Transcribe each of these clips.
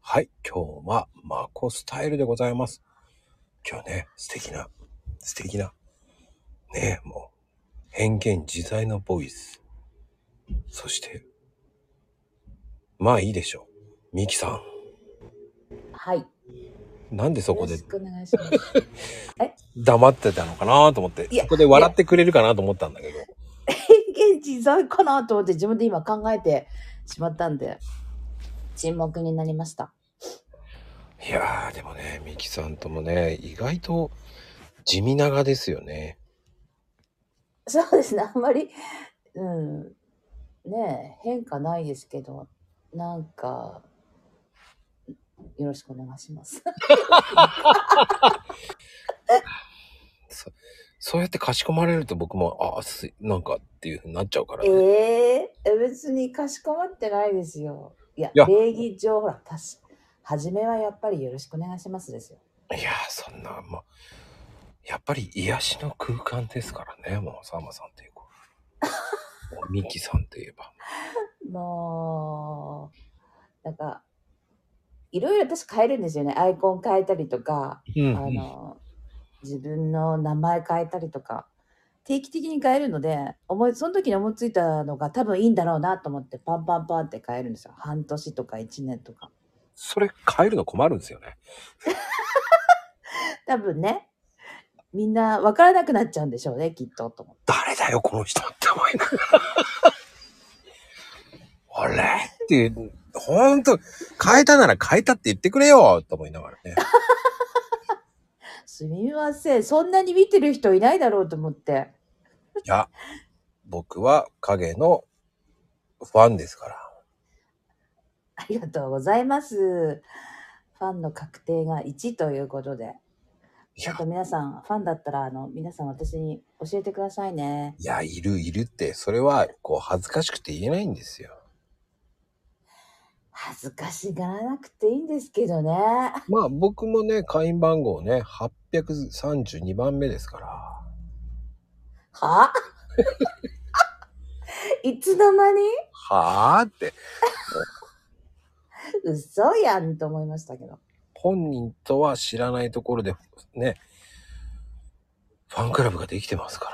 はい、今日はマコスタイルでございます。今日ね、素敵な、素敵な、ねえ、もう、変幻自在のボイス。そして、まあいいでしょう。ミキさん。はい。なんでそこで。よろしくお願いします。え黙ってたのかなと思って、そこで笑ってくれるかなと思ったんだけど。変幻自在かなと思って自分で今考えてしまったんで、沈黙になりました。いやーでもね、ミキさんともね、意外と地味長ですよね。そうですね、あんまり、うん、ね変化ないですけど、なんか、よろしくお願いします。そそうやってかしこまれると僕も、あす、なんかっていうふうになっちゃうから、ね。ええー、別にかしこまってないですよ。いや、いや礼儀上、ほら、たし、初めはやっぱりよろしくお願いしますですよ。いや、そんな、まあ、やっぱり癒しの空間ですからね、もう、さんまさんという子。ミキさんといえば。もう、なんか、いろいろ私変えるんですよね。アイコン変えたりとか、うんうん、あの、自分の名前変えたりとか定期的に変えるので思いその時に思いついたのが多分いいんだろうなと思ってパンパンパンって変えるんですよ半年とか1年とかそれ変えるの困るんですよね多分ねみんな分からなくなっちゃうんでしょうねきっとと思って誰だよこの人って思いながらあれっていうほんと変えたなら変えたって言ってくれよと思いながらねすみません。そんなに見てる人いないだろうと思って。いや、僕は影のファンですから。ありがとうございます。ファンの確定が1ということで。ちょっと皆さん、ファンだったら、あの、皆さん私に教えてくださいね。いや、いる、いるって、それは、こう、恥ずかしくて言えないんですよ。恥ずかしがらなくていいんですけどね。まあ僕もね、会員番号ね、832番目ですから。 はあいつの間にはあって。嘘やんと思いましたけど。。本人とは知らないところでね、ファンクラブができてますか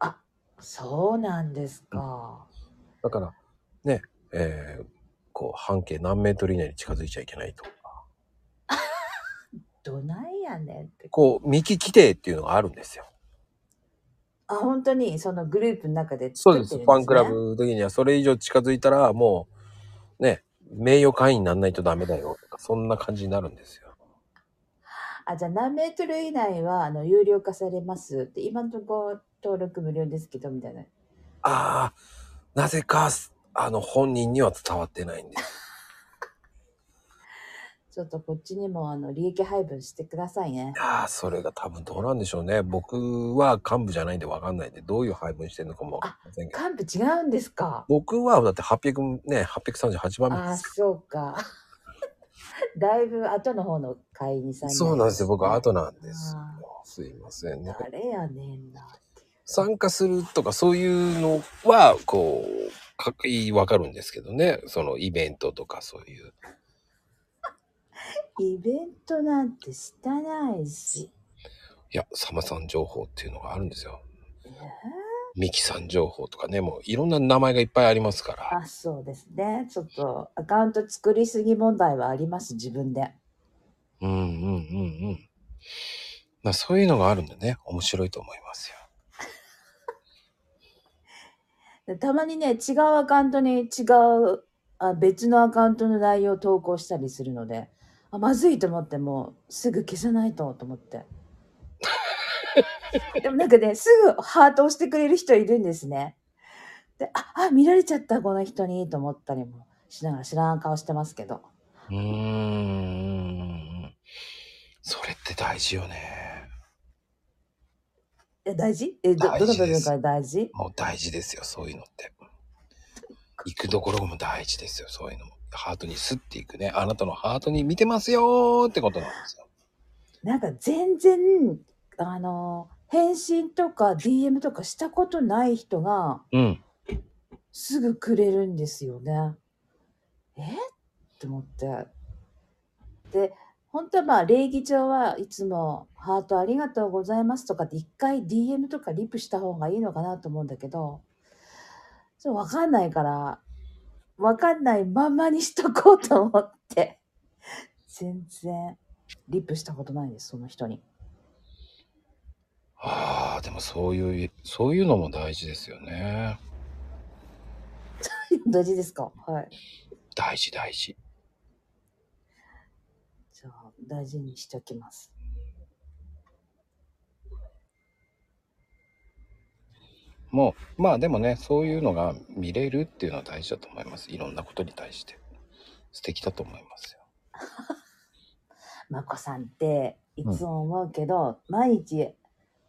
らあ、そうなんですか。だから、ね、えー、こう半径何メートル以内に近づいちゃいけないとか。どないやねんって。こう、幹規定っていうのがあるんですよ。あ、本当に、そのグループの中で作ってるんです、ね、そうです。ファンクラブの時には、それ以上近づいたら、もう、ね、名誉会員にならないとダメだよとか、そんな感じになるんですよ。あ、じゃあ何メートル以内は、あの、有料化されますって、今のところ登録無料ですけど、みたいな。ああ、なぜか、あの本人には伝わってないんです。ちょっとこっちにもあの利益配分してくださいね。ああ、それが多分どうなんでしょうね。僕は幹部じゃないんでわかんないんで、どういう配分してるのかもわかりませんけど。幹部違うんですか。僕はだって800ね、838番目です。ああ、そうか。 だいぶ後の方の会員さん、ね、そうなんですよ。僕後なんです。すいませんね。誰やねんな。参加するとかそういうのはこうかわかるんですけどねそのイベントとかそういうイベントなんてしたないしいやさまさん情報っていうのがあるんですよ、えー、ミキさん情報とかねもういろんな名前がいっぱいありますからあそうですねちょっとアカウント作りすぎ問題はあります自分でうんうんうんうんまあそういうのがあるんでね面白いと思いますよたまにね違うアカウントに違うあ別のアカウントの内容を投稿したりするのであまずいと思ってもうすぐ消さないとと思って でもなんかねすぐハート押してくれる人いるんですねでああ見られちゃったこの人にと思ったりもしながら知らん顔してますけどうーんそれって大事よねえ大事えどどの部分から大事もう大事ですよそういうのって行くどころも大事ですよそういうのもハートにすっていくねあなたのハートに見てますよってことなんですよなんか全然あの返信とか DM とかしたことない人が、うん、すぐくれるんですよねえっって思って。で、本当はまあ礼儀上はいつもハートありがとうございますとかって一回 DM とかリプした方がいいのかなと思うんだけど、それわかんないから、わかんないままにしとこうと思って、全然リプしたことないです、その人に。 ああ、でもそういう、そういうのも大事ですよね。大事ですかはい。大事大事。じゃあ、大事にしておきます。もう、まあでもね、そういうのが見れるっていうのは大事だと思います。いろんなことに対して。素敵だと思いますよ。まこさんっていつも思うけど、毎日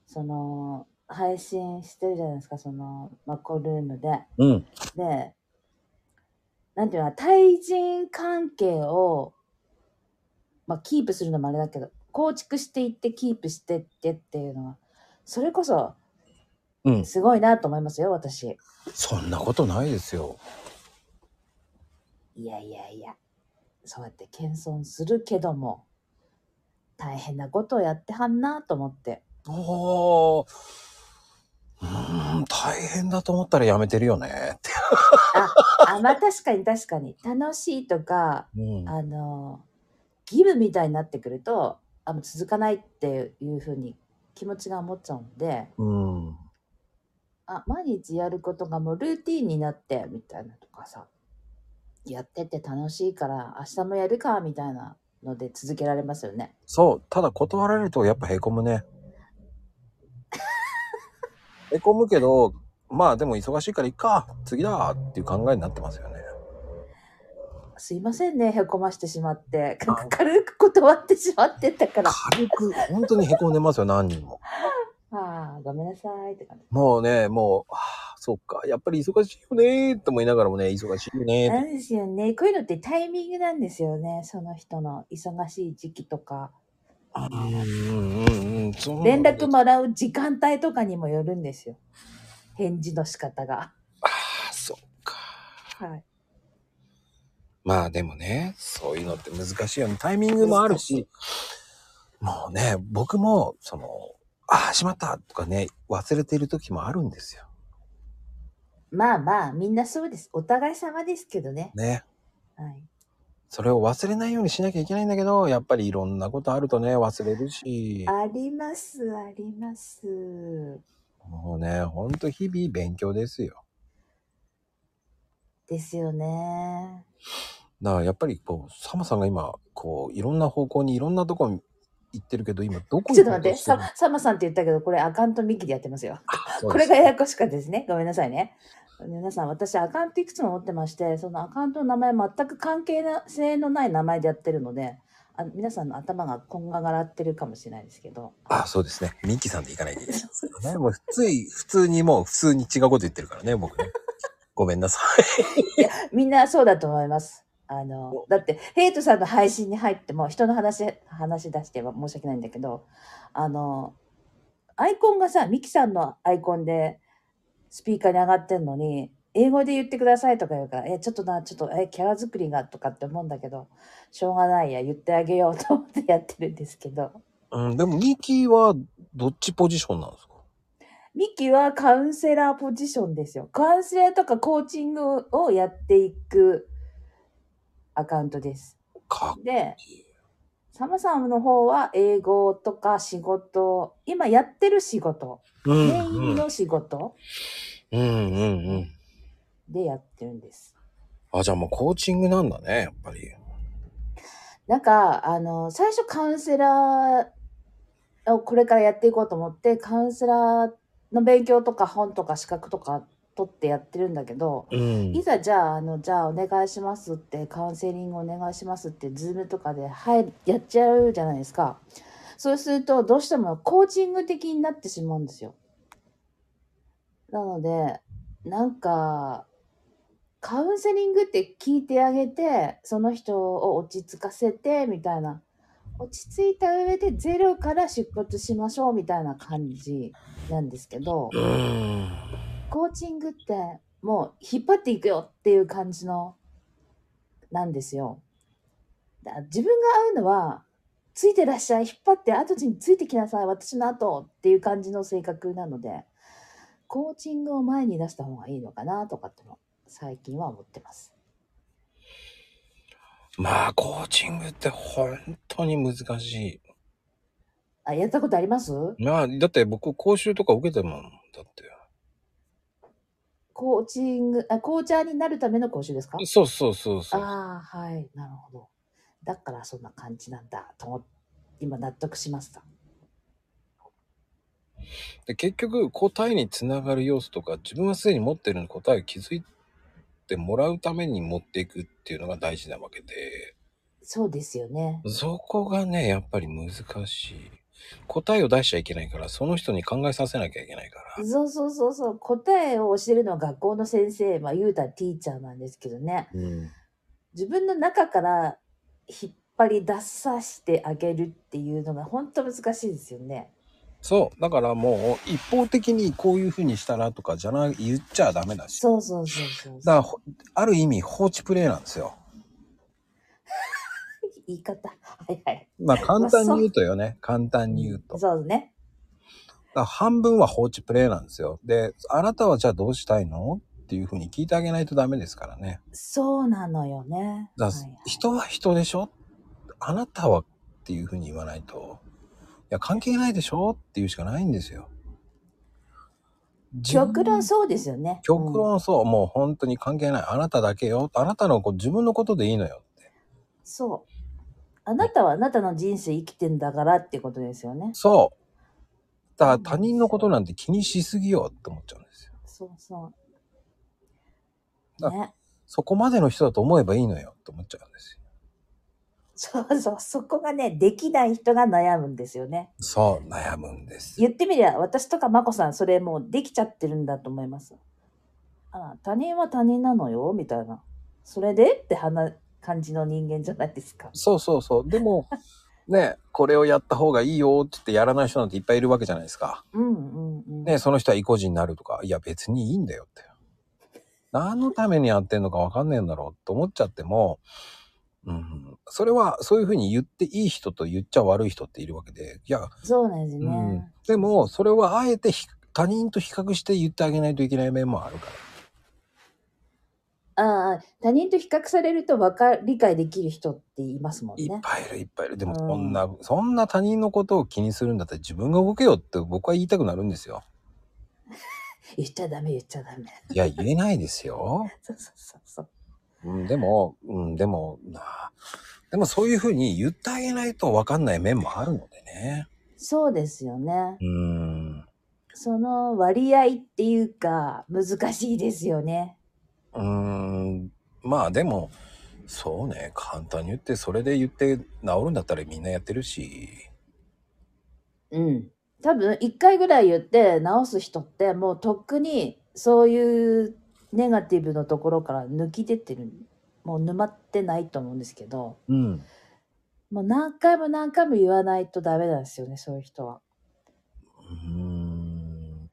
その配信してるじゃないですかそのまこルームで。うん。でなんていうの対人関係を、まあ、キープするのもあれだけど構築していってキープしてってっていうのはそれこそうん。すごいなと思いますよ私。そんなことないですよ。いやいやいやそうやって謙遜するけども大変なことをやってはんなと思って。おー。うーん、大変だと思ったらやめてるよねって。あ、まあ確かに確かに。楽しいとか、うん。あの、義務みたいになってくると、あもう続かないっていうふうに気持ちが思っちゃうんで、うん。あ、毎日やることがもうルーティンになって、みたいなとかさ、やってて楽しいから明日もやるか、みたいなので続けられますよね。そう、ただ断られるとやっぱへこむ ね。へこむけど、まあでも忙しいからいっか、次だっていう考えになってますよね。すいませんね、へこましてしまって。あ軽く断ってしまってたから。軽く、本当にへこんでますよ、何人も。ああ、ごめんなさいって感じ。もうね、もう、はあ、そっか、やっぱり忙しいよねーと思いながらもね、忙しいよねーなんですよね。こういうのってタイミングなんですよね。その人の忙しい時期とか、うんうんうん、そう連絡もらう時間帯とかにもよるんですよ。返事の仕方が。ああ、そっか。はい。まあでもね、そういうのって難しいよね。タイミングもあるし、もうね、僕も、その、ああ、しまったとかね、忘れてる時もあるんですよ。まあまあ、みんなそうです。お互い様ですけどね。ね。はい。それを忘れないようにしなきゃいけないんだけど、やっぱりいろんなことあるとね、忘れるし、あります、あります。もうね、ほんと日々勉強ですよ。ですよね。だからやっぱりこう、サマさんが今、こう、いろんな方向にいろんなとこに行ってるけど、今どこにちょっと待って、行こうさサマさんって言ったけど、これアカウントミキでやってますよ。してるこれがややこしかったですね。ごめんなさいね。皆さん、私、アカウントいくつも持ってまして、そのアカウントの名前、全く関係性のない名前でやってるので、あ皆さんの頭がこんがらってるかもしれないですけど。あ、そうですね。ミキさんで行かないでいいですよね。もう普通に、普通にもう普通に違うこと言ってるからね、僕ね。 ごめんなさい。みんなそうだと思います。あの、だって、ヘイトさんの配信に入っても、人の話、話し出しては申し訳ないんだけど、あの、アイコンがさ、ミキさんのアイコンでスピーカーに上がってんのに、英語で言ってくださいとか言うから、え、ちょっとな、ちょっと、え、キャラ作りがとかって思うんだけど、しょうがないや、言ってあげようと思ってやってるんですけど、うん、でもミキはどっちポジションなんですかミキはカウンセラーポジションですよ。カウンセラーとかコーチングをやっていくアカウントです。かで、サムさんの方は英語とか仕事、今やってる仕事、うメん、インうん、の仕事うん、うんうん。でやってるんです。あ、じゃあもうコーチングなんだね、やっぱり。なんか、あの、最初カウンセラーをこれからやっていこうと思って、カウンセラーの勉強とか本とか資格とか取ってやってるんだけど、うんいざじゃあ、あの、じゃあお願いしますって、カウンセリングお願いしますって、ズームとかで、はい、やっちゃうじゃないですか。そうすると、どうしてもコーチング的になってしまうんですよ。なので、なんか、カウンセリングって聞いてあげて、その人を落ち着かせて、みたいな。落ち着いた上でゼロから出発しましょう、みたいな感じなんですけど。うん。コーチングってもう引っ張っていくよっていう感じのなんですよ。だ自分が会うのは、ついてらっしゃい、引っ張って、後についてきなさい、私の後っていう感じの性格なので、コーチングを前に出した方がいいのかなとかっても、最近は思ってます。まあ、コーチングって本当に難しあ、やったことありますい。まあ、だって僕、講習とか受けてもん、だって。コーチング、あ、コーチャーになるための講習ですかそうそうそうそう。ああ、はい、なるほど。だからそんな感じなんだと思っ今納得しました。で結局、答えにつながる要素とか、自分がすでに持ってる答えを気づいてもらうために持っていくっていうのが大事なわけで、そうですよね。そこがね、やっぱり難しい。答えを出しちゃいけないから、その人に考えさせなきゃいけないから。そうそうそうそう。答えを教えるのは学校の先生、まあ言うたらティーチャーなんですけどね。うん。自分の中から引っ張り出さしてあげるっていうのが本当難しいですよね。そう。だからもう、一方的にこういうふうにしたらとかじゃない、言っちゃダメだし。そうそうそうそだうからほ、ある意味放置プレイなんですよ。言い方。はいはい。まあ簡単に言うとよね。簡単に言うと。だかそうですね。ら半分は放置プレイなんですよ。で、あなたはじゃあどうしたいのっていうふうに聞いてあげないとダメですからね。そうなのよね。だはいからはい人は人でしょあなたはっていうふうに言わないと、いや関係ないでしょっていうしかないんですよ。自分極論そうですよね。極うん論そう、もう本当に関係ない。あなただけよ。あなたのこ自分のことでいいのよって。そう。あなたはあなたの人生生きてんだからってことですよね。そう。だから他人のことなんて気にしすぎよって思っちゃうんですよ。そうそう。だね。そこまでの人だと思えばいいのよって思っちゃうんですよ。そうそう。そこがね、できない人が悩むんですよね。そう、悩むんです。言ってみりゃ、私とかまこさん、それもうできちゃってるんだと思います。あ他人は他人なのよ、みたいな。それでって話感じの人間じゃないですか。そうそうそう。でも、ね、これをやった方がいいよって言ってやらない人なんていっぱいいるわけじゃないですか。うんうんうん。ね、その人は意固地になるとか、いや別にいいんだよって。何のためにやってんのかわかんねえんだろうと思っちゃっても、うん、それはそういうふうに言っていい人と言っちゃ悪い人っているわけで、いや、そうなんですね。うん、でもそれはあえてひ他人と比較して言ってあげないといけない面もあるから。ああ、他人と比較されるとわか理解できる人っていますもんいっね。ぱいいるいっぱいいる。でもうんそんな、そんな他人のことを気にするんだったら自分が動けよって僕は言いたくなるんですよ。言っちゃダメ、言っちゃダメ。 いや、言えないですよ。そうそうそうそう。うん、でも、うん、でも、なあでもそういうふうに言ってあげないと分かんない面もあるのでね。そうですよね。うん。その割合っていうか、難しいですよね。うん。まあでも、そうね、簡単に言って、それで言って治るんだったらみんなやってるし。うん。多分、一回ぐらい言って直す人って、もうとっくにそういうネガティブのところから抜き出てる。もう沼ってないと思うんですけど、うん。もう何回も何回も言わないとダメなんですよね、そういう人は。うん。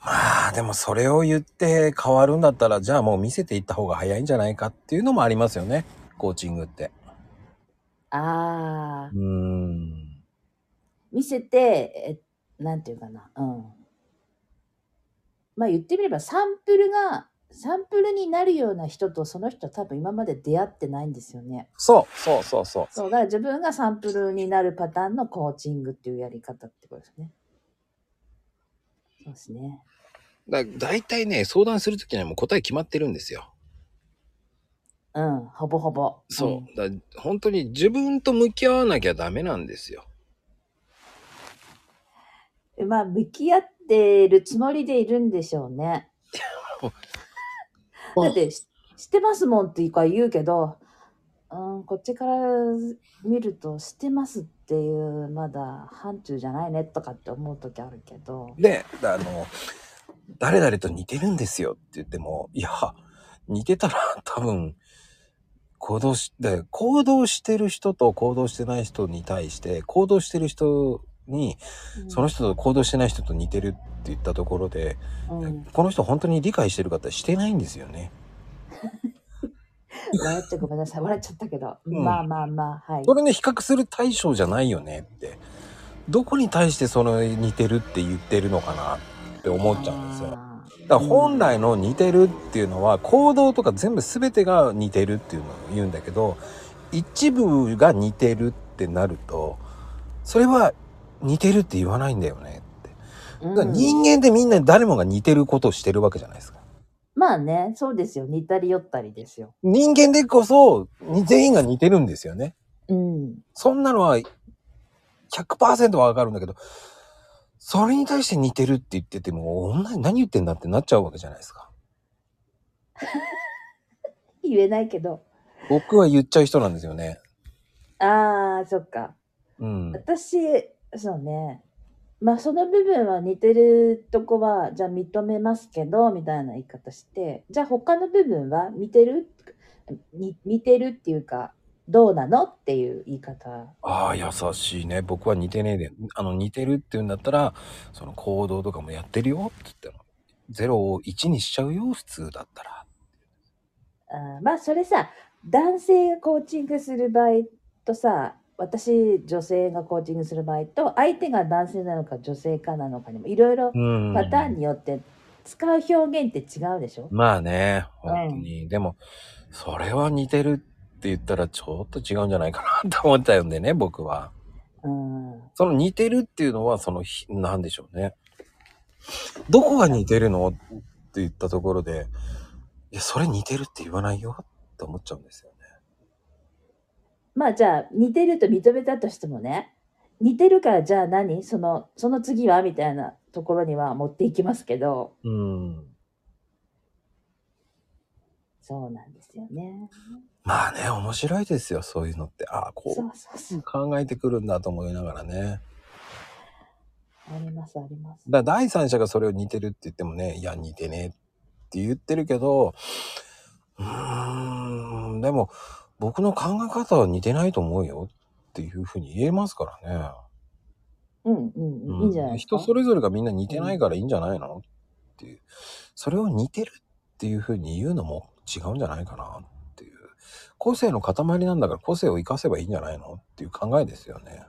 まあでもそれを言って変わるんだったら、じゃあもう見せていった方が早いんじゃないかっていうのもありますよね。コーチングって。ああ、うん。見せて、え、なんていうかな。うん。まあ言ってみればサンプルが、サンプルになるような人とその人は多分今まで出会ってないんですよね。そう、そうそうそう。そう、だから自分がサンプルになるパターンのコーチングっていうやり方ってことですね。そうですね。だ大体ね相談する時にはもう答え決まってるんですよ。うん、ほぼほぼ。そんう、だ本当に自分と向き合わなきゃダメなんですよ。えまあ向き合ってるつもりでいるんでしょ うね。だってし知ってますもんっていうか言うけど、うん、こっちから見ると知ってますっていうまだ範疇じゃないねとかって思う時あるけどでだあの誰々と似てるんですよって言ってもいや似てたら多分行動しで行動してる人と行動してない人に対して行動してる人にその人と行動してない人と似てるって言ったところで、うん、うんこの人本当に理解してる方してないんですよね。笑ってごめんなさい。笑っちゃったけど。うんまあまあまあ、はいそ。れね比較する対象じゃないよねってどこに対してその似てるって言ってるのかなって思っちゃうんですよだかあーら本来の似てるっていうのは行動とか全部全てが似てるっていうのを言うんだけど一部が似てるってなるとそれは似てるって言わないんだよねってうんだから人間ってみんな誰もが似てることをしてるわけじゃないですかまあね、そうですよ。似たり寄ったりですよ。人間でこそに全員が似てるんですよねうん。そんなのは100%はわかるんだけど、それに対して似てるって言ってても、女に何言ってんだってなっちゃうわけじゃないですか。言えないけど。僕は言っちゃう人なんですよね。ああ、そっか。うん。私、そうね。まあその部分は似てるとこは、じゃあ認めますけど、みたいな言い方して、じゃあ他の部分は見てるに似てるっていうか、どうなのっていう言い方。ああ、優しいね。僕は似てねえで。あの、似てるって言うんだったら、その行動とかもやってるよって言ったの。0を1にしちゃうよ、普通だったら。あーまあそれさ男性がコーチングする場合とさ私女性がコーチングする場合と相手が男性なのか女性かなのかにもいろいろうんパターンによって使う表現って違うでしょ、まあね、本当に。でも、それは似てるって言ったらちょっと違うんじゃないかなと思ったんでね、僕は。うん、その似てるっていうのは、そのひ、なんでしょうね。どこが似てるのって言ったところで、いや、それ似てるって言わないよって思っちゃうんですよね。まあじゃあ似てると認めたとしてもね似てるからじゃあ何そのその次はみたいなところには持っていきますけどうん。そうなんですよねまあね、面白いですよ、そういうのって。ああ、そうこそうそうう考えてくるんだと思いながらね。ありますありますだから第三者がそれを似てるって言ってもね、いや、似てねえって言ってるけど、うーん、でも、僕の考え方は似てないと思うよっていうふうに言えますからね。うんうん、うん、いいんじゃないですか人それぞれがみんな似てないからいいんじゃないのっていうそれを似てるっていうふうに言うのも違うんじゃないかなっていう個性の塊なんだから個性を生かせばいいんじゃないのっていう考えですよね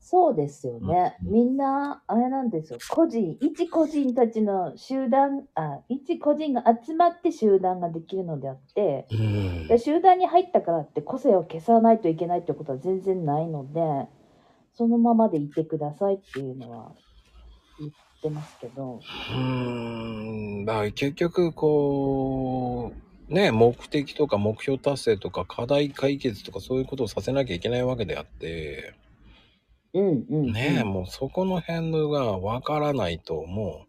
そうですよね。うんみんな、あれなんですよ。個人、一個人たちの集団、あ、一個人が集まって集団ができるのであって、うんで集団に入ったからって個性を消さないといけないってことは全然ないので、そのままでいてくださいっていうのは言ってますけど、うんまあ結局こうね目的とか目標達成とか課題解決とかそういうことをさせなきゃいけないわけであってうんうん、うん。ねえ、もうそこの辺のが分からないとも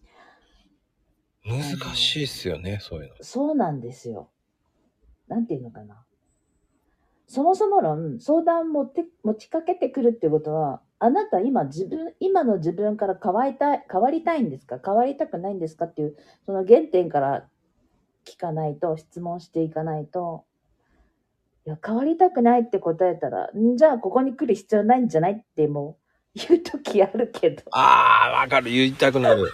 う難しいっすよね、そういうの。そうなんですよ。なんていうのかな。そもそも論、相談持って、持ちかけてくるってことは、あなた今自分、今の自分から変わりたい、変わりたいんですか変わりたくないんですかっていう、その原点から聞かないと、質問していかないと、いや、変わりたくないって答えたら、んじゃあここに来る必要ないんじゃないってもう言う時あるけど。ああ、わかる。言いたくなる。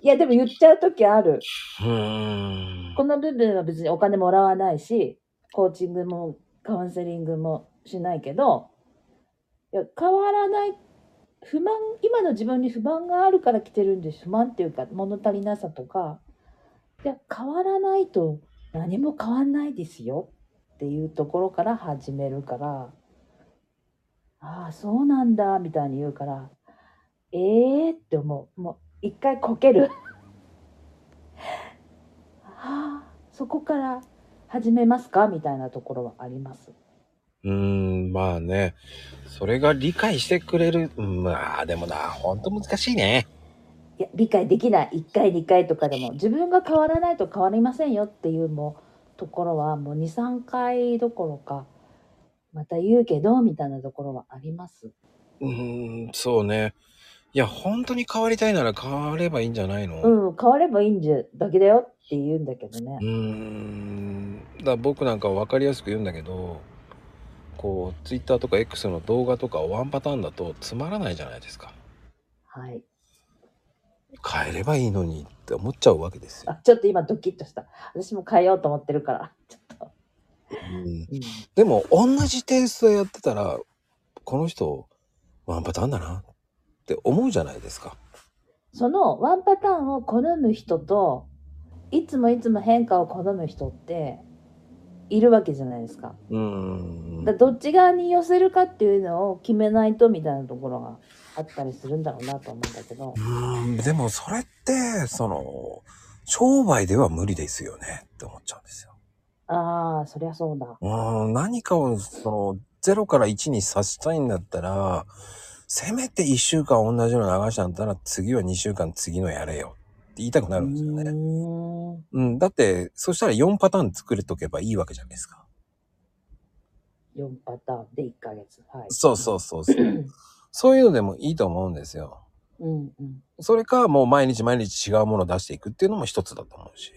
いや、でも言っちゃう時ある。うーん。この部分は別にお金もらわないし、コーチングもカウンセリングもしないけど、いや変わらない、不満、今の自分に不満があるから来てるんです。不満っていうか、物足りなさとか、いや、変わらないと何も変わんないですよっていうところから始めるから、ああ、そうなんだ、みたいに言うから、ええー、って思う。もう、一回こける。はあそこから始めますかみたいなところはあります。うーん、まあね。それが理解してくれる。うんまあ、でもな、ほんと難しいね。いや理解できない1回2回とかでも自分が変わらないと変わりませんよっていうもうところはもう23回どころかまた言うけどみたいなところはあります。うーん、そうね。いや、本当に変わりたいなら変わればいいんじゃないのううん変わればいいんじゃだけだよって言うんだけどね。ーん。だから僕なんかわかりやすく言うんだけど、こう、Twitter とか X の動画とかワンパターンだとつまらないじゃないですか。はい。変えればいいのにって思っちゃうわけですよ。あちょっと今ドキッとした。私も変えようと思ってるからちょっとうんうん、でも、同じテイストでやってたら、この人、ワンパターンだなって思うじゃないですか。そのワンパターンを好む人といつもいつも変化を好む人っているわけじゃないですか。うんだからどっち側に寄せるかっていうのを決めないとみたいなところがあったりするんだろうなと思うんだけどう。ーんでもそれって、その、商売では無理ですよねって思っちゃうんですよ。ああ、そりゃそうだ。うーん、何かを、その、0から1にさしたいんだったら、せめて1週間同じの流したんだったら、次は2週間次のやれよって言いたくなるんですようね。ーんうん、だって、そしたら4パターン作れとけばいいわけじゃないですか。 4パターンで1ヶ月。はい。そうそうそうそう。そういうのでもいいと思うんですよ。うんうん。それか、もう毎日毎日違うものを出していくっていうのも一つだと思うし。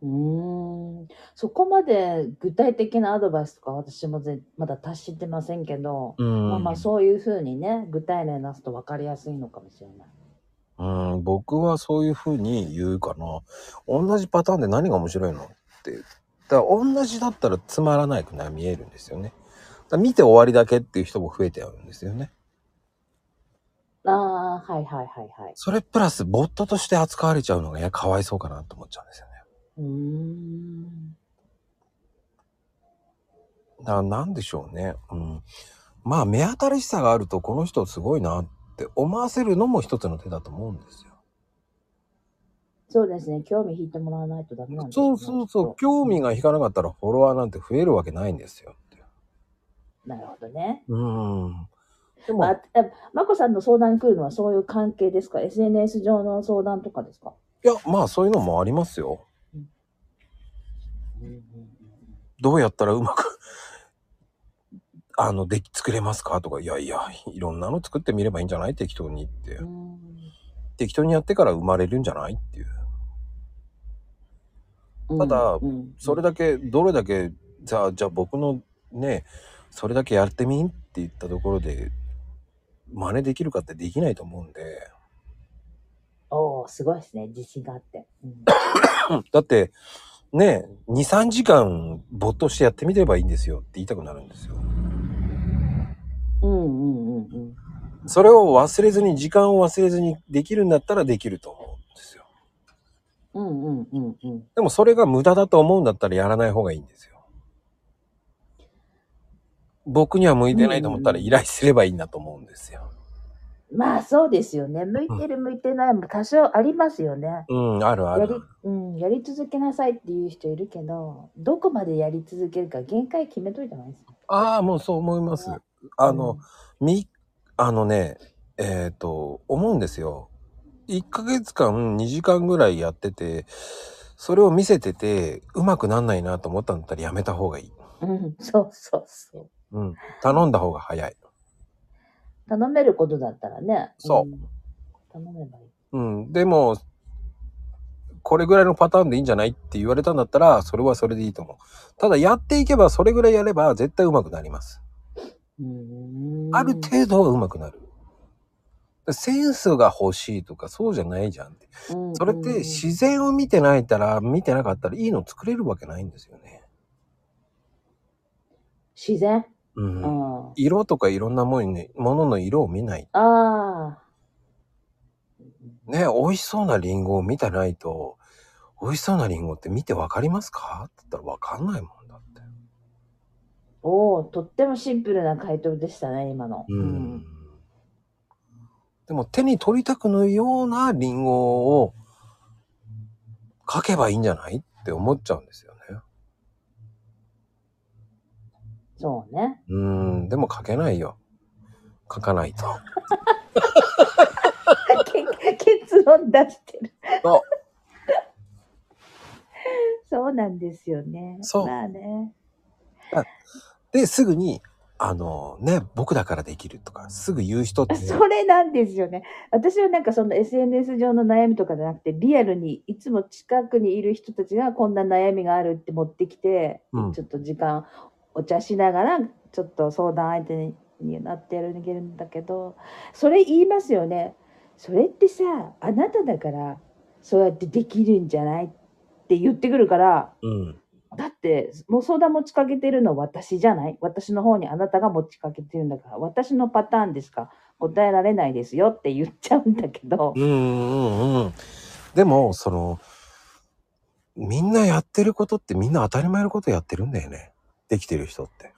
うーんそこまで具体的なアドバイスとか私もぜまだ達してませんけど、うん。まあまあそういうふうにね具体例出すと分かりやすいのかもしれない。うん、僕はそういうふうに言うかな。同じパターンで何が面白いのって。だから同じだったらつまらないくな見えるんですよね。だから見て終わりだけっていう人も増えてあるんですよね。ああはいはいはいはい。それプラスボットとして扱われちゃうのがいやかわいそうかなと思っちゃうんですよね。うーんだからなんでしょうね。うん。まあ目新しさがあるとこの人すごいなって思わせるのも一つの手だと思うんですよ。そうですね興味引いてもらわないとダメなんですそようねそうきそっう。興味とが引かなかったらフォロワーなんて増えるわけないんですよって。なるほどね。うん。でもまあ、えまこさんの相談に来るのはそういう関係ですか ?SNS 上の相談とかですか、いや、まあそういうのもありますよ。どうやったらうまく、あの、でき、作れますかとか、いやいや、いろんなの作ってみればいいんじゃない適当にっていうう。ん適当にやってから生まれるんじゃないっていう。うんただうんそれだけ、どれだけ、じゃあ、じゃあ僕のね、それだけやってみんって言ったところで、真似できるかってできないと思うんで。おおすごいですね自信があって。うんだって、ね、2、3時間没頭してやってみればいいんですよって言いたくなるんですよ。うんうんうんうん。それを忘れずに、時間を忘れずにできるんだったらできると思うんですよ。うんうんうんうん。でもそれが無駄だと思うんだったらやらない方がいいんですよ。僕には向いてないと思ったらうん依頼すればいいんだと思うんですよ。まあそうですよね。向いてる向いてないも多少ありますよね。うん、あるあやりる。、うん、やり続けなさいっていう人いるけど、どこまでやり続けるか限界決めといた方がいいですよ。ああ、もうそう思います。あの、み、あのね、えっ、と、思うんですよ。1ヶ月間2時間ぐらいやってて、それを見せてて、うまくなんないなと思ったんだったらやめた方がいい。うん、うん、 そうそうそう。うん、頼んだ方が早い。頼めることだったらね。そうん頼めばいい。うん、でも、これぐらいのパターンでいいんじゃないって言われたんだったら、それはそれでいいと思う。ただやっていけば、それぐらいやれば絶対上手くなります。うーんある程度は上手くなる。センスが欲しいとか、そうじゃないじゃんって。うんそれって自然を見てないたら、見てなかったらいいの作れるわけないんですよね。自然。う。うんん。あ色とかいろんなものにものの色を見ない。あね、美味しそうなリンゴを見てないと、美味しそうなリンゴって見てわかりますかって言ったらわかんないもんだって。ー。おお、とってもシンプルな回答でしたね、今の。うんでも手に取りたくのようなリンゴを書けばいいんじゃないって思っちゃうんですよね。そうね。 うん、でも書けないよ。書かないと。け結論出してる。そう そうなんですよね。そうまあね。で、すぐに、あのね、僕だからできるとか、すぐ言う人って、それなんですよね。私はなんかその SNS 上の悩みとかじゃなくて、リアルにいつも近くにいる人たちがこんな悩みがあるって持ってきて、うんちょっと時間お茶しながら、ちょっと相談相手になってやるんだけど、それ言いますよね。それってさ、あなただからそうやってできるんじゃないって言ってくるから、うん。だって、もう相談持ちかけてるの私じゃない私の方にあなたが持ちかけてるんだから、私のパターンですか答えられないですよって言っちゃうんだけど、うんうんうん。でも、その、みんなやってることってみんな当たり前のことやってるんだよね。できてる人って。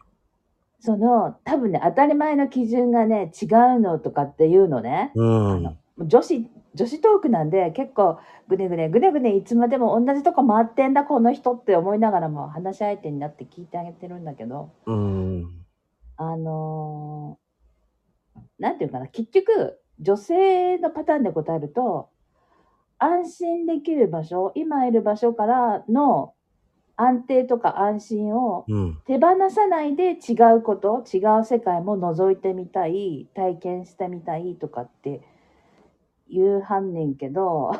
その、多分ね、当たり前の基準がね、違うのとかっていうのね、うん。女子、女子トークなんで結構ぐねぐねぐねぐねいつまでも同じとこ回ってんだこの人って思いながらも話し相手になって聞いてあげてるんだけど、うん。あのーなんていうかな、結局、女性のパターンで答えると、安心できる場所、今いる場所からの安定とか安心をうん。手放さないで違うこと、違う世界も覗いてみたい、体験してみたいとかって言うはんねんけど、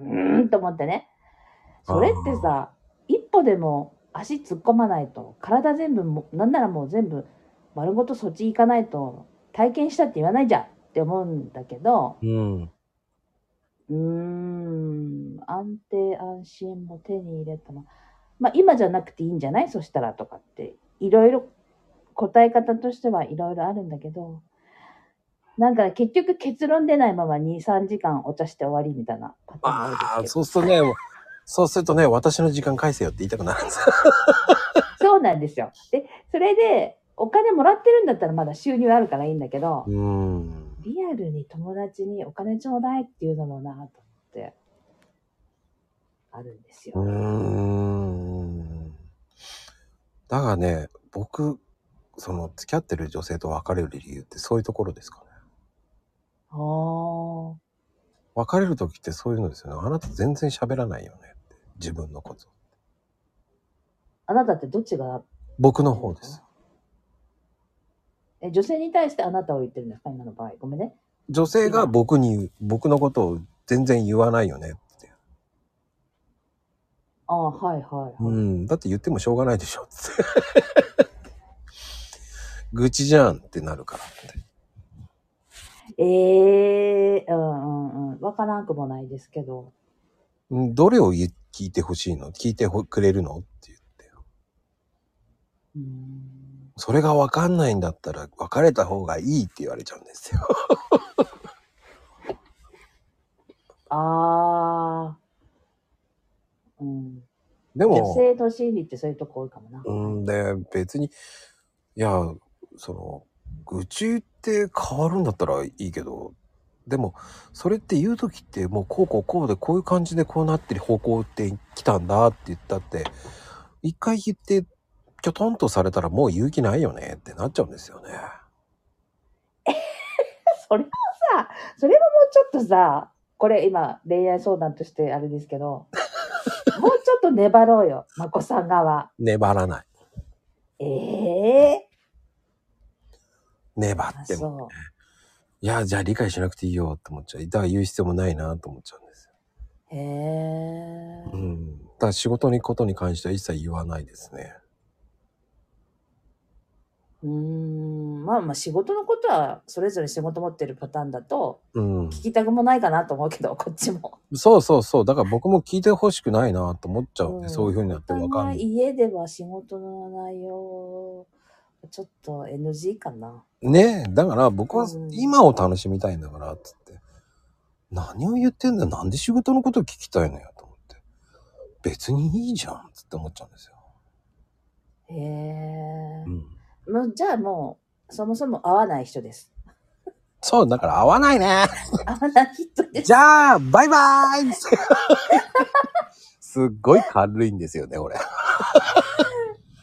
うーんと思ってね。それってさ、一歩でも足突っ込まないと、体全部も、なんならもう全部丸ごとそっち行かないと、体験したって言わないじゃんって思うんだけど、うん。うーん、安定安心も手に入れたな。まあ今じゃなくていいんじゃないそしたらとかって、いろいろ答え方としてはいろいろあるんだけど、なんか結局結論出ないまま2、3時間お茶して終わりみたいなパターンがああるんあ、ですけそうするとね、そうするとね、私の時間返せよって言いたくなるんですよ。ど。そうなんですよ。で、それでお金もらってるんだったらまだ収入あるからいいんだけど、 うん。リアルに友達にお金ちょうだいっていうのもなと思って、あるんですうよ。ーん。だがね、僕、その付き合ってる女性と別れる理由ってそういうところですかね。あー。別れる時ってそういうのですよね。あなた全然喋らないよねって。自分のこと。あなたってどっちが僕の方です。え女性に対してあなたを言ってるんですか今の場合。ごめんね。女性が僕に、僕のことを全然言わないよねって。ああ、はいはい、うはいん。だって言ってもしょうがないでしょって。 愚痴じゃんってなるからって。ええうんうんうん。わからんくもないですけど。うんどれを言い聞いてほしいの聞いてほくれるのって言って。うーんそれがわかんないんだったら別れた方がいいって言われちゃうんですよ。 ああ。うん。で女も、性の心理ってそういうとこ多いかもな。 うんで、別に、いや、その、愚痴って変わるんだったらいいけど、でも、それって言う時ってもうこうこうこうでこういう感じでこうなってる方向って来たんだって言ったって、一回言って、きょとんとされたらもう勇気ないよねってなっちゃうんですよね。それもさ、それももうちょっとさ、これ今恋愛相談としてあれで すけど、もうちょっと粘ろうよ、まこさん側。粘らない。ええ粘あ、っても。そう。いや、じゃあ理解しなくていいよって思っちゃう。だから言う必要もないなと思っちゃうんですよ。へえ。うん。だから仕事のことに関しては一切言わないですね。うーんまあまあ仕事のことはそれぞれ仕事持ってるパターンだとうん。聞きたくもないかなと思うけど こっちも。そうそうそう。だから僕も聞いてほしくないなと思っちゃうんで、うんそういうふうになってわかんおな互いい。家では仕事の内容ちょっと NG かな。ねえ、だから僕はうん今を楽しみたいんだから、つって。何を言ってんだよなんで仕事のことを聞きたいのよと思って。別にいいじゃん、つって思っちゃうんですよ。へえう。ん。もうじゃあもうそもそも合わない人 です。そう、だから合わないね。合わない人です。じゃあ、バイバーイすっごい軽いんですよね、俺。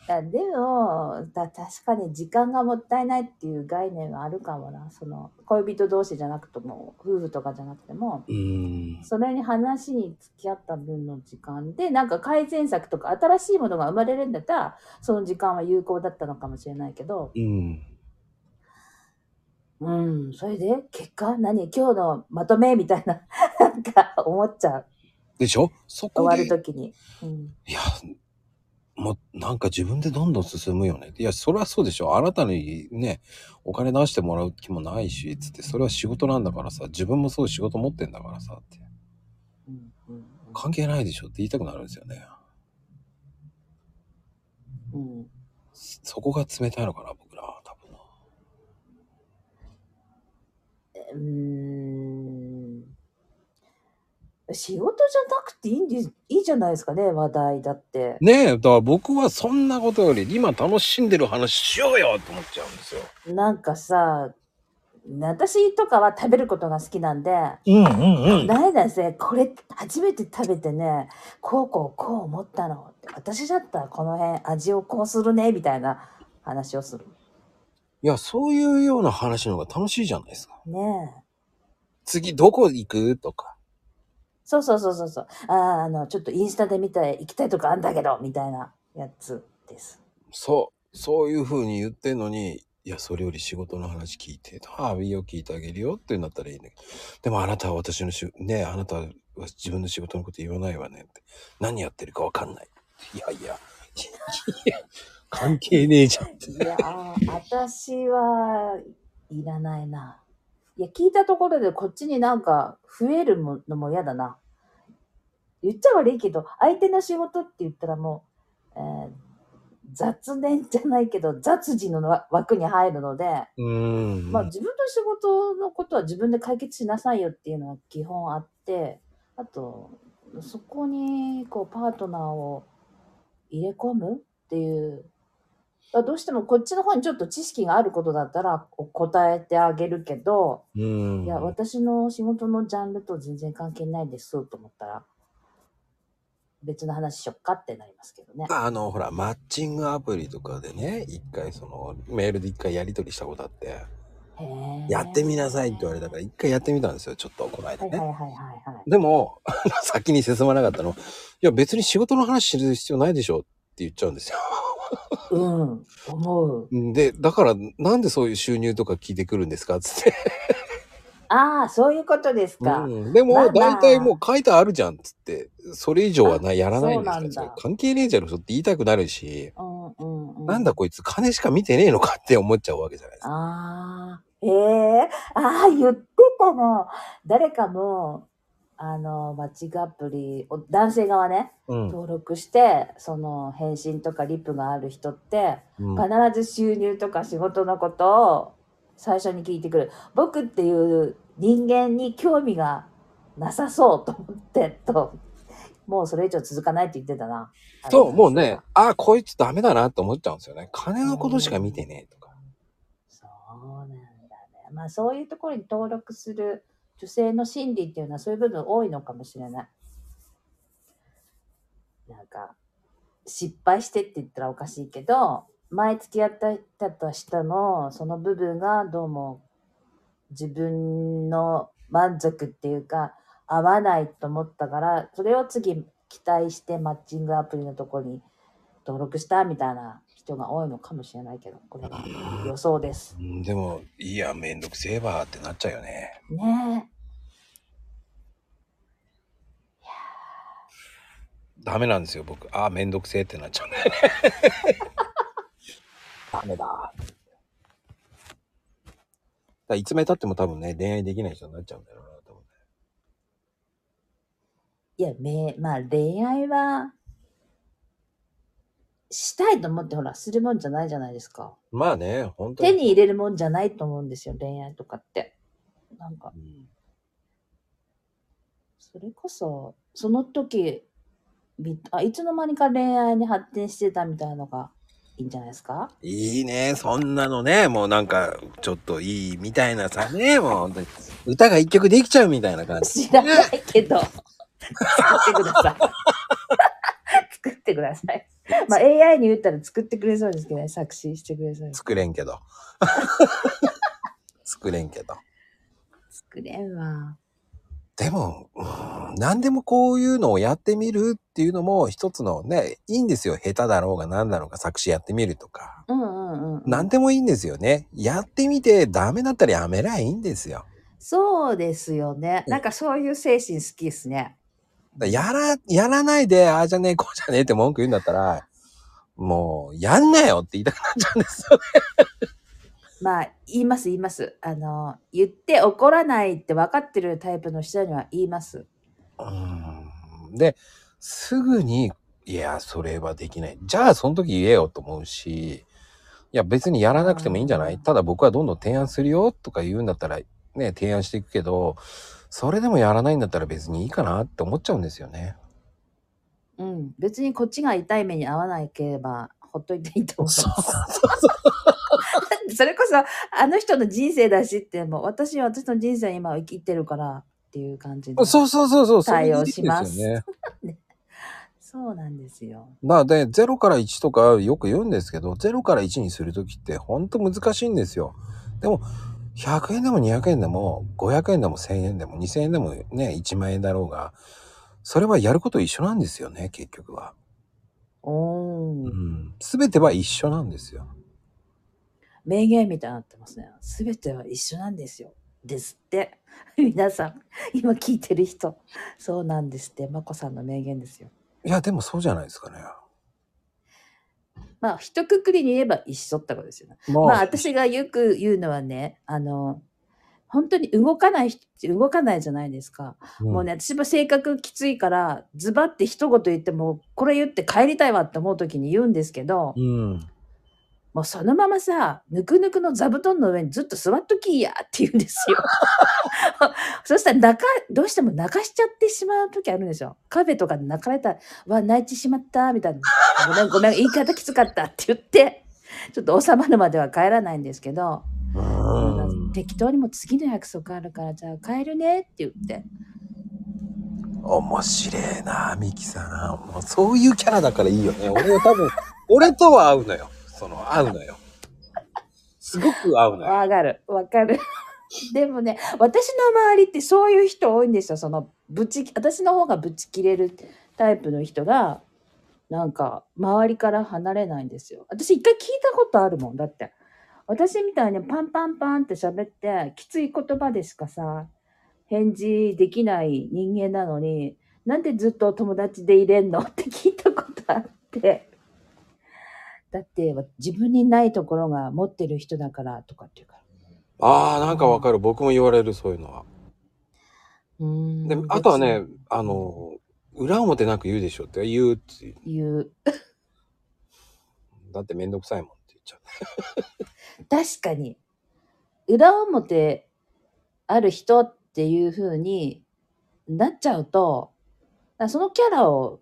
あでもだ確かに時間がもったいないっていう概念はあるかもな。その恋人同士じゃなくても夫婦とかじゃなくても。うん。それに話に付き合った分の時間でなんか改善策とか新しいものが生まれるんだったらその時間は有効だったのかもしれないけどうん。うんそれで結果何今日のまとめみたいななんか思っちゃうでしょそ終こわでる時に、うん、いや、もうなんか自分でどんどん進むよね。いや、それはそうでしょ。あなたにね、お金出してもらう気もないし、つって、それは仕事なんだからさ、自分もそう仕事持ってんだからさ、って。うんうんうん関係ないでしょって言いたくなるんですよね。うん。そこが冷たいのかな、僕らは多分。うーん仕事じゃなくていいんでいいじゃないですかね、話題だって。ねえ、だから僕はそんなことより、今楽しんでる話しようよと思っちゃうんですよ。なんかさ、私とかは食べることが好きなんで、うんうんうん。ないですね、これ初めて食べてね、こうこうこう思ったのって、私だったらこの辺味をこうするね、みたいな話をする。いや、そういうような話の方が楽しいじゃないですか。ねえ。次どこ行くとか。そうそうそうそうそう。ああ、あの、ちょっとインスタで見たい、行きたいとこあんだけど、みたいなやつです。そう、そういう風に言ってんのに、いや、それより仕事の話聞いて、ああ、いいよ、聞いてあげるよってなったらいいね。でもあなたは私のし、ねえ、あなたは自分の仕事のこと言わないわねって。何やってるかわかんない。いやいや、いや 関係ねえじゃんって。いやー、私はいらないな。いや、聞いたところでこっちになんか増えるものも嫌だな。言っちゃ悪いけど、相手の仕事って言ったらもう、えー雑念じゃないけど、雑事のわ枠に入るので、うーん。まあ自分の仕事のことは自分で解決しなさいよっていうのは基本あって、あと、そこにこうパートナーを入れ込むっていう、だからどうしてもこっちの方にちょっと知識があることだったらお答えてあげるけど、うーん。いや、私の仕事のジャンルと全然関係ないですと思ったら、別の話しよっかってなりますけどね。あの、ほら、マッチングアプリとかでね、一回その、メールで一回やり取りしたことあって、へーやってみなさいって言われたから、一回やってみたんですよ、ちょっと、この間はいね。はいはいはいはい。でも、 あの先に進まなかったの、いや、別に仕事の話する必要ないでしょって言っちゃうんですよ。うん、思う。で、だから、なんでそういう収入とか聞いてくるんですかつって。ああ、そういうことですか。うん、でまあも、まあ大体もう書いてあるじゃんっつって、それ以上はなやらないんそうなんでだすよ。関係ねえじゃろ、それって言いたくなるし、うんうんうん、なんだこいつ金しか見てねえのかって思っちゃうわけじゃないですか。ああ、ええああ、言ってたの。誰かも、あの、マッチングアプリを、男性側ね、うん。登録して、その、返信とかリップがある人って、うん必ず収入とか仕事のことを最初に聞いてくる。僕っていう人間に興味がなさそうと思って、と、もうそれ以上続かないって言ってたな。そう、もうね、ああ、こいつダメだなって思っちゃうんですよね。金のことしか見てねえとか。そうなんだね。まあそういうところに登録する女性の心理っていうのはそういう部分多いのかもしれない。なんか失敗してって言ったらおかしいけど前付き合ってたとしてもその部分がどうも自分の満足っていうか合わないと思ったからそれを次期待してマッチングアプリのとこに登録したみたいな人が多いのかもしれないけどこれは予想です。うんでも、いや、めんどくせえわってなっちゃうよね。ねダメなんですよ、僕。ああ、めんどくせえってなっちゃうんだよね。 ダメだ。だからいつまで経っても多分ね、恋愛できない人になっちゃうんだよなと思って。え。いや、めまあ恋愛はしたいと思ってほらするもんじゃないじゃないですか。まあね、本当手に入れるもんじゃないと思うんですよ恋愛とかって。なんかうんそれこそその時みあいつの間にか恋愛に発展してたみたいなのがいいんじゃないですかいいね、そんなのね、もうなんか、ちょっといいみたいなさね、もう本当に歌が一曲できちゃうみたいな感じ。知らないけど作ってください作ってくださいまあ AI に言ったら作ってくれそうですけどね作詞してくれそうです作れんけど。 作れんけど。作れんわでも、うーん何でもこういうのをやってみるっていうのも一つのね、いいんですよ。下手だろうが何だろうが作詞やってみるとか。うんうんうん何でもいいんですよね。やってみてダメだったらやめりゃいいんですよ。そうですよねなんかそういう精神好きですねだやら、やらないで、ああじゃねえ、こうじゃねえって文句言うんだったら、もう、やんなよって言いたくなっちゃうんですよ。まあ言います言いますあの言って怒らないって分かってるタイプの人には言いますうーんで、すぐにいや、それはできない。じゃあ、その時言えよと思うし、いや、別にやらなくてもいいんじゃなういんただ僕はどんどん提案するよとか言うんだったら、ね、提案していくけど、それでもやらないんだったら別にいいかなって思っちゃうんですよね。うん、別にこっちが痛い目に遭わなければほっといていいと思そうう。 それこそあの人の人生だしってもう私は私の人生を今生きてるからっていう感じでそうそうそうそう。対応そしういうま時す期ですよね。そうなんですよ。なので、0から1とかよく言うんですけど、0から1にする時ってほんと難しいんですよ。でも、100円でも200円でも、500円でも1000円でも2000円でもね、1万円だろうが、それはやること一緒なんですよね、結局は。おうーん。すべては一緒なんですよ。名言みたいになってますね。すべては一緒なんですよ。ですって。 皆さん、今聞いてる人、そうなんですって、まこさんの名言ですよ。いや、でもそうじゃないですかね。まあ、一括りに言えば一緒ってことですよね。ままあ、私がよく言うのはね、あの、本当に動かない人、動かないじゃないですか。もうね。ね、私も性格きついから、ズバって一言言っても、これ言って帰りたいわって思う時に言うんですけど、うん。もうそのままさ、ぬくぬくの座布団の上にずっと座っときやって言うんで すよ。そしたら泣か、どうしても泣かしちゃってしまう時あるんですよ。カフェとかで泣かれたら、わ、泣いてしまった、みたいな。ごめん、ごめん、言い方きつかったって言って、ちょっと収まるまでは帰らないんですけど、うん。適当にもう次の約束あるから、じゃあ帰るねって言って。面白えな、ミキさん。もうそういうキャラだからいいよね。俺は多分、 俺とは合うのよ。その、合うのよ。すごく合うのよ。わかる、わかる。でもね、私の周りってそういう人多いんですよ。そのぶち、私の方がぶち切れるタイプの人が、なんか周りから離れないんですよ。私一回聞いたことあるもん。だって、私みたいにパンパンパンって喋って、きつい言葉でしかさ、返事できない人間なのに、なんでずっと友達でいれんのって聞いたことあって。だって自分にないところが持ってる人だからとかっていうから。ああ、なんかわかる。僕も言われる、そういうのは。うーんで、あとはね、あの、裏表なく言うでしょって言うっていう。別に言うだってめんどくさいもんって言っちゃう。確かに裏表ある人っていう風になっちゃうとだからそのキャラを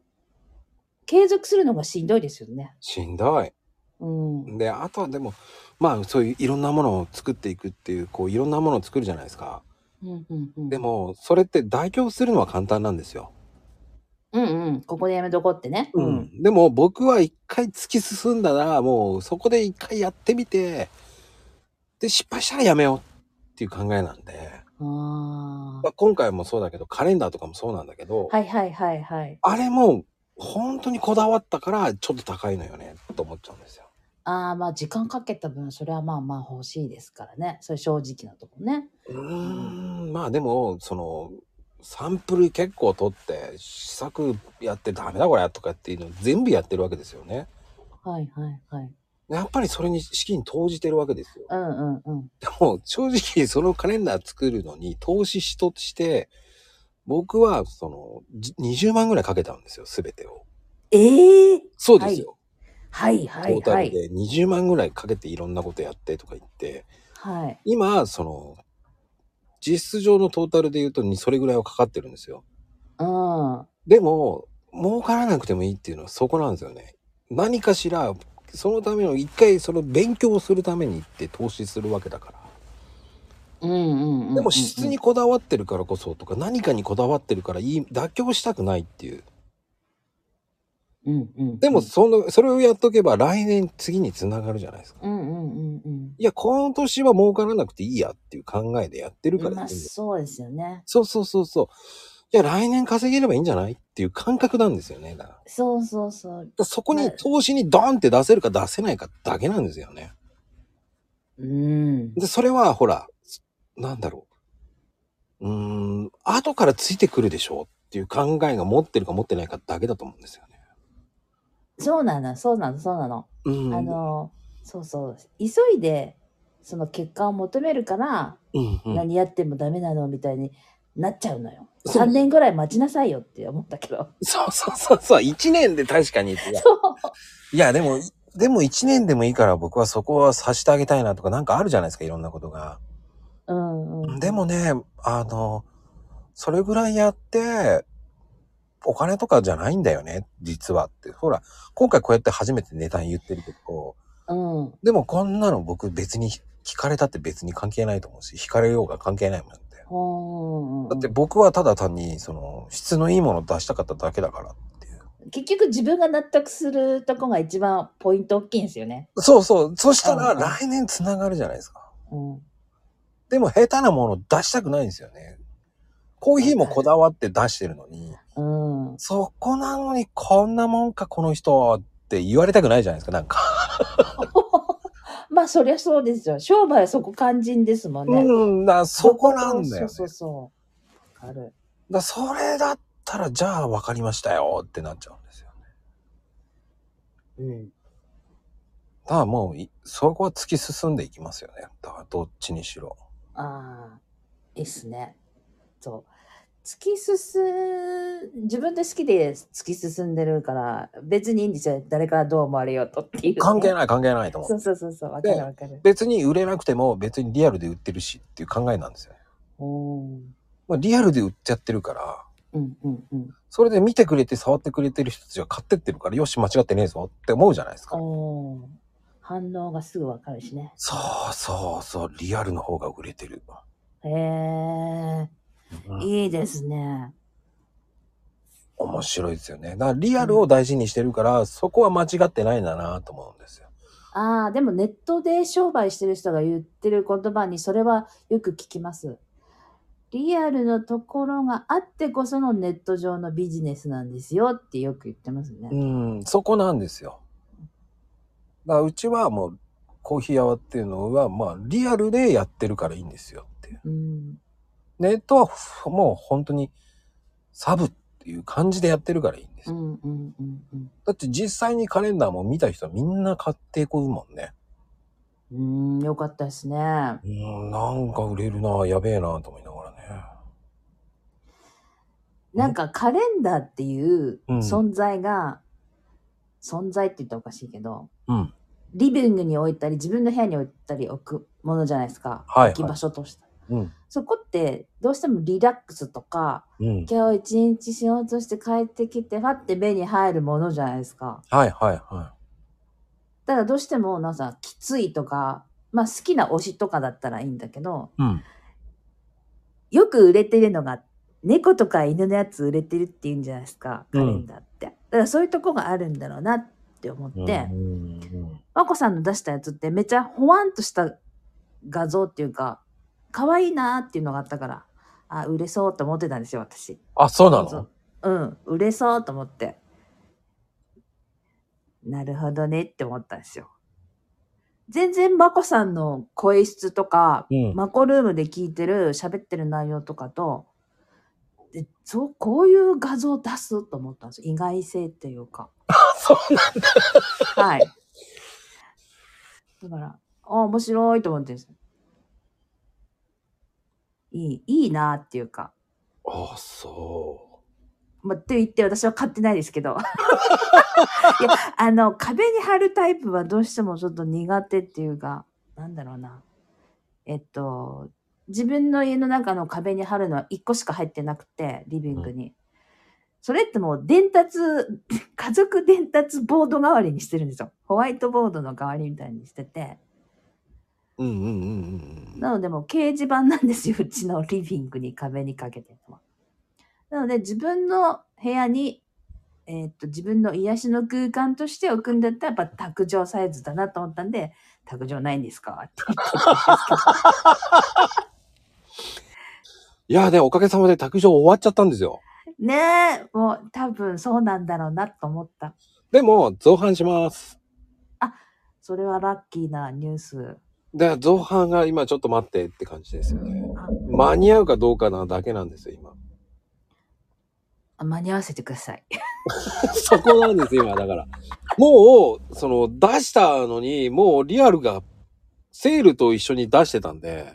継続するのがしんどいですよね。しんどい。うん、であとはでもまあそういういろんなものを作っていくっていうこういろんなものを作るじゃないですかうんうんうんでもそれって代表するのは簡単なんですよ、うんうんここでやめとこうってね。でも僕は一回突き進んだらもうそこで一回やってみてで失敗したらやめようっていう考えなんで、あまあ、今回もそうだけどカレンダーとかもそうなんだけど、あはいはいはいはい。あれも本当にこだわったからちょっと高いのよねと思っちゃうんですよああまあ時間かけた分それはまあまあ欲しいですからね。それ正直なとこね。うーんまあでもそのサンプル結構取って試作やってダメだこれとかっていうの全部やってるわけですよねはいはいはい。やっぱりそれに資金投じてるわけですようんうんうん。でも正直そのカレンダー作るのに投資しとして僕はそのじ20万ぐらいかけたんですよ全てをええそうですよ、はいはいトータはルい。で20万ぐらいかけていろんなことやってとか言ってはい。今その実質上のトータルで言うとにそれぐらいはかかってるんですようん。でも、儲からなくてもいいっていうのはそこなんですよね。何かしら、そのための、一回その勉強をするために行って投資するわけだから。うんうんうん。でも質に。こだわってるからこそとか、何かにこだわってるからいい、妥協したくないっていう。うんうん。でも、その、それをやっとけば来年次につながるじゃないですか。うんうんうんうん。いや、今年は儲からなくていいやっていう考えでやってるからいいんまあだよそうですよね。そうそうそうそう。いや、来年稼げればいいんじゃないっていう感覚なんですよね。だからそうそうそう。だからそこにね投資にドーンって出せるか出せないかだけなんですよね。うん。で、それはほら、なんだろう。うーん、後からついてくるでしょうっていう考えが持ってるか持ってないかだけだと思うんですよね。そうなの、そうなの、そうなの。うん。あの、そうそう。急いで、その結果を求めるから、うんうん、何やってもダメなのみたいになっちゃうのよ。そう3年ぐらい待ちなさいよって思ったけど。 そうそうそうそう。一年で確かに。いやそう。いや、でも、でも一年でもいいから僕はそこはさしてあげたいなとかなんかあるじゃないですか、いろんなことが。うんうん。でもね、あの、それぐらいやって、お金とかじゃないんだよね、実はって。ほら、今回こうやって初めて値段言ってるけど、うん。でもこんなの僕別に聞かれたって別に関係ないと思うし、聞かれようが関係ないもんだって。ほーんだって僕はただ単に、その、質のいいものを出したかっただけだからっていう。結局自分が納得するとこが一番ポイント大きいんですよね。そうそう。そしたらうんうん来年つながるじゃないですか。うん。でも下手なもの出したくないんですよね。コーヒーもこだわって出してるのに、うん。そこなのにこんなもんかこの人はって言われたくないじゃないですか、なんか。まあそりゃそうですよ。商売はそこ肝心ですもんね。うん、だからそこなんだよ、ね。そうそうそう。ある。だからそれだったら、じゃあ分かりましたよってなっちゃうんですよ。うん。だからもうい、そこは突き進んでいきますよね。だからどっちにしろ。ああ、いいっすね。そう。突き進ん、自分で好きで突き進んでるから、別にいいんですよ。誰からどう思われようとっていう、関係い。ない関係ないと思。そううそうそうそう。わかるわかる。別に売れなくても別にリアルで売ってるしっていう考えなんですよね。うん。まあ、リアルで売っちゃってるから、うんうんうん。それで見てくれて触ってくれてる人たちが買ってってるから、よし、間違ってねえぞって思うじゃないですか。おー反応がすぐわかるしね。そうそうそう、リアルの方が売れてる。へえ、うんいいですね。面白いですよね。だからリアルを大事にしてるから、そこは間違ってないんだなと思うんですよ。ああ、でもネットで商売してる人が言ってる言葉にそれはよく聞きます。リアルのところがあってこそのネット上のビジネスなんですよってよく言ってますね。うん、そこなんですよ。だからうちはもう、コーヒー屋っていうのは、まあ、リアルでやってるからいいんですよっていう。うん。ネットはふもう本当にサブっていう感じでやってるからいいんですうよ。んうんうんうん。だって実際にカレンダーも見た人はみんな買っていくもんね。うーん、よかったですね。うん、なんか売れるなやべえなと思いながらね。なんかカレンダーっていううん存在が、存在って言ったらおかしいけど、うん。リビングに置いたり自分の部屋に置いたり置くものじゃないですかはい、置きは場い。所として、うん。そこってどうしてもリラックスとかうん。今日一日仕事して帰ってきてファって目に入るものじゃないですかはいはいはただどうしてもなんかきついとかまあ好きな推しとかだったらいいんだけどい。うん。よく売れてるのが猫とか犬のやつ売れてるっていうんじゃないですかカレンダーって、だからそういうとこがあるんだろうなって思って、うんうん和子さんの出したやつってめちゃほわんとした画像っていうか可愛いなーっていうのがあったからあ売れそうと思ってたんですよ私あ、そうなそのううん売れそうと思ってなるほどねって思ったんですよ全然和子さんの声質とか、うんマコルームで聞いてる喋ってる内容とかとでそうこういう画像出すと思ったんですよ意外性っていうかあ そうなはい。だから、あ、面白いと思ってるんです。いい、いいなっていうか。のあ、そまあ、って言って私は買ってないですけど。 いや、あの、壁に貼るタイプはどうしてもちょっと苦手っていうか、なんだろうな。えっと、自分の家の中の壁に貼るのは1個しか入ってなくて、リビングに。それってもう伝達、 家族伝達ボード代わりにしてるんですよ。ホワイトボードの代わりみたいにしてて。う。うんうんうんうん。なのでもう掲示板なんですよ。うちのリビングに壁にかけてるのは。なので自分の部屋に、えーっと、自分の癒しの空間として置くんだったらやっぱ卓上サイズだなと思ったんで、卓上ないんですかって言っていや、で、おかげさまで卓上終わっちゃったんですよ。ねえ、もう多分そうなんだろうなと思った。でも、造反します。それはラッキーなニュース。で、造反が今ちょっと待ってって感じですよね。あ間に合うかどうかなだけなんですよ、今。 あ間に合わせてください。そこなんです、今、だから。もう、その、出したのに、もうリアルが、セールと一緒に出してたんで、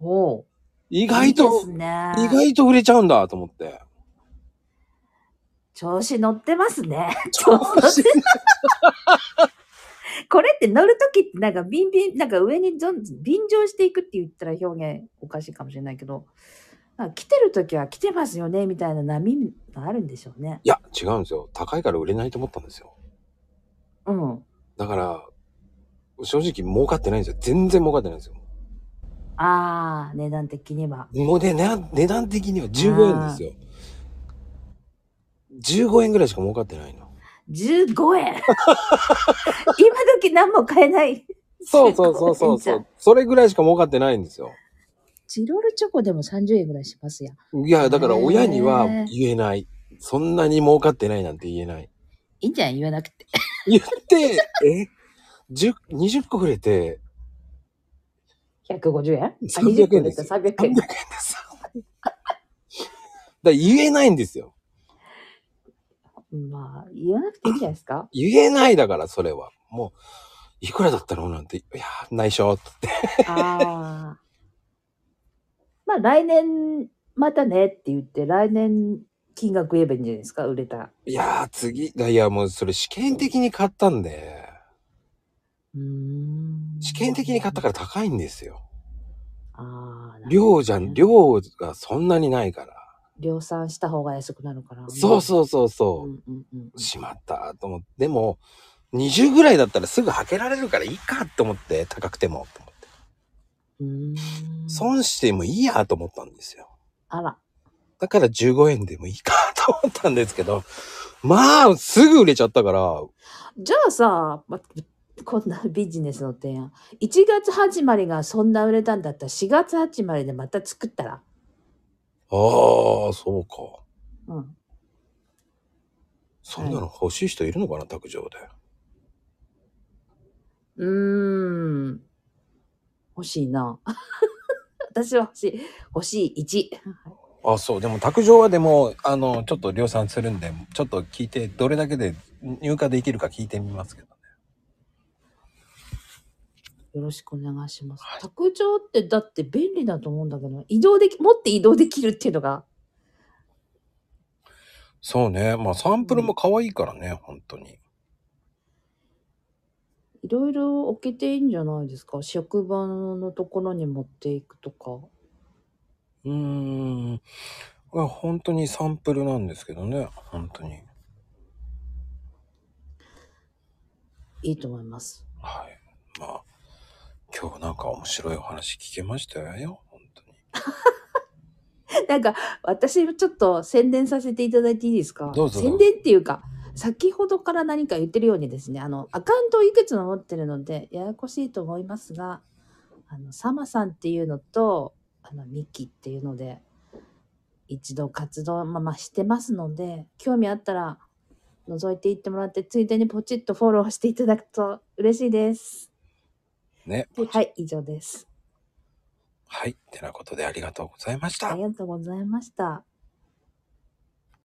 おう。意外といいですね。意外と売れちゃうんだと思って。調子乗ってますね。調子これって乗るときってなんかビンビン、なんか上にどん便乗していくって言ったら表現おかしいかもしれないけど、なんか来てるときは来てますよねみたいな波があるんでしょうね。いや、違うんですよ。高いから売れないと思ったんですよ。うん。だから、正直儲かってないんですよ。全然儲かってないんですよ。ああ、値段的には。もうね、値段値段的には15円ですよ。15円ぐらいしか儲かってないの。 15円 今時何も買えない。そうそうそうそう15そ円う。それぐらいしか儲かってないんですよ。チロルチョコでも30円ぐらいしますやん。いや、だから親にはへー言えない。そんなに儲かってないなんて言えない。いいんじゃん言わなくて。言って、え ?10、20個くれて、 150円あ、 300 20個円だでったすら300 300円円で。す。だから言えないんですよ。まあ、言わなくていいんじゃないですか言えないだから、それは。もう、いくらだったのなんて、いや、内緒って。ああ。まあ来年またねって言って来年金額言えばいいんじゃないですか売れた。いやー、次、いや、もうそれ試験的に買ったんで、うーん試験的に買ったから高いんですよ。ああ。量じゃん、量。量がそんなにないから。量産した方が安くなるから。そうそうそうそうう。んうんうんうん。しまったと思って、でも、20ぐらいだったらすぐ履けられるからいいかと思って、高くても。と思ってうーん損してもいいやと思ったんですよ。あら。だから15円でもいいかと思ったんですけど、まあ、すぐ売れちゃったから、じゃあさ、まこんなビジネスの提案。1月始まりがそんな売れたんだったら4月始まりでまた作ったら。ああ、そうか。うん。そんなの欲しい人いるのかな、卓上で。うーん。欲しいな。 私は欲しい。欲しい1。あ、そう。でも、卓上はでも、あの、ちょっと量産するんで、ちょっと聞いて、どれだけで入荷できるか聞いてみますけどね。よろしくお願いしますはい。卓上ってだって便利だと思うんだけど、移動でき、持って移動できるっていうのが。そうね。まあ、サンプルも可愛いからね、本当に。いろいろ置けていいんじゃないですか。職場のところに持っていくとか。うーん。これ本当にサンプルなんですけどね。本当に。いいと思います。はい。まあ、今日なんか面白いお話聞けましたよ。本当に。 なんか、私もちょっと宣伝させていただいていいですかどうぞ宣伝っていうか、先ほどから何か言ってるようにですね、あの、アカウントをいくつも持ってるので、ややこしいと思いますが、あの、サマさんっていうのと、あの、ミキっていうので、一度活動、まあ、まあしてますので、興味あったら、覗いていってもらって、ついでにポチッとフォローしていただくと嬉しいです。ね。はい、以上です。はい。てなことでありがとうございました。ありがとうございました。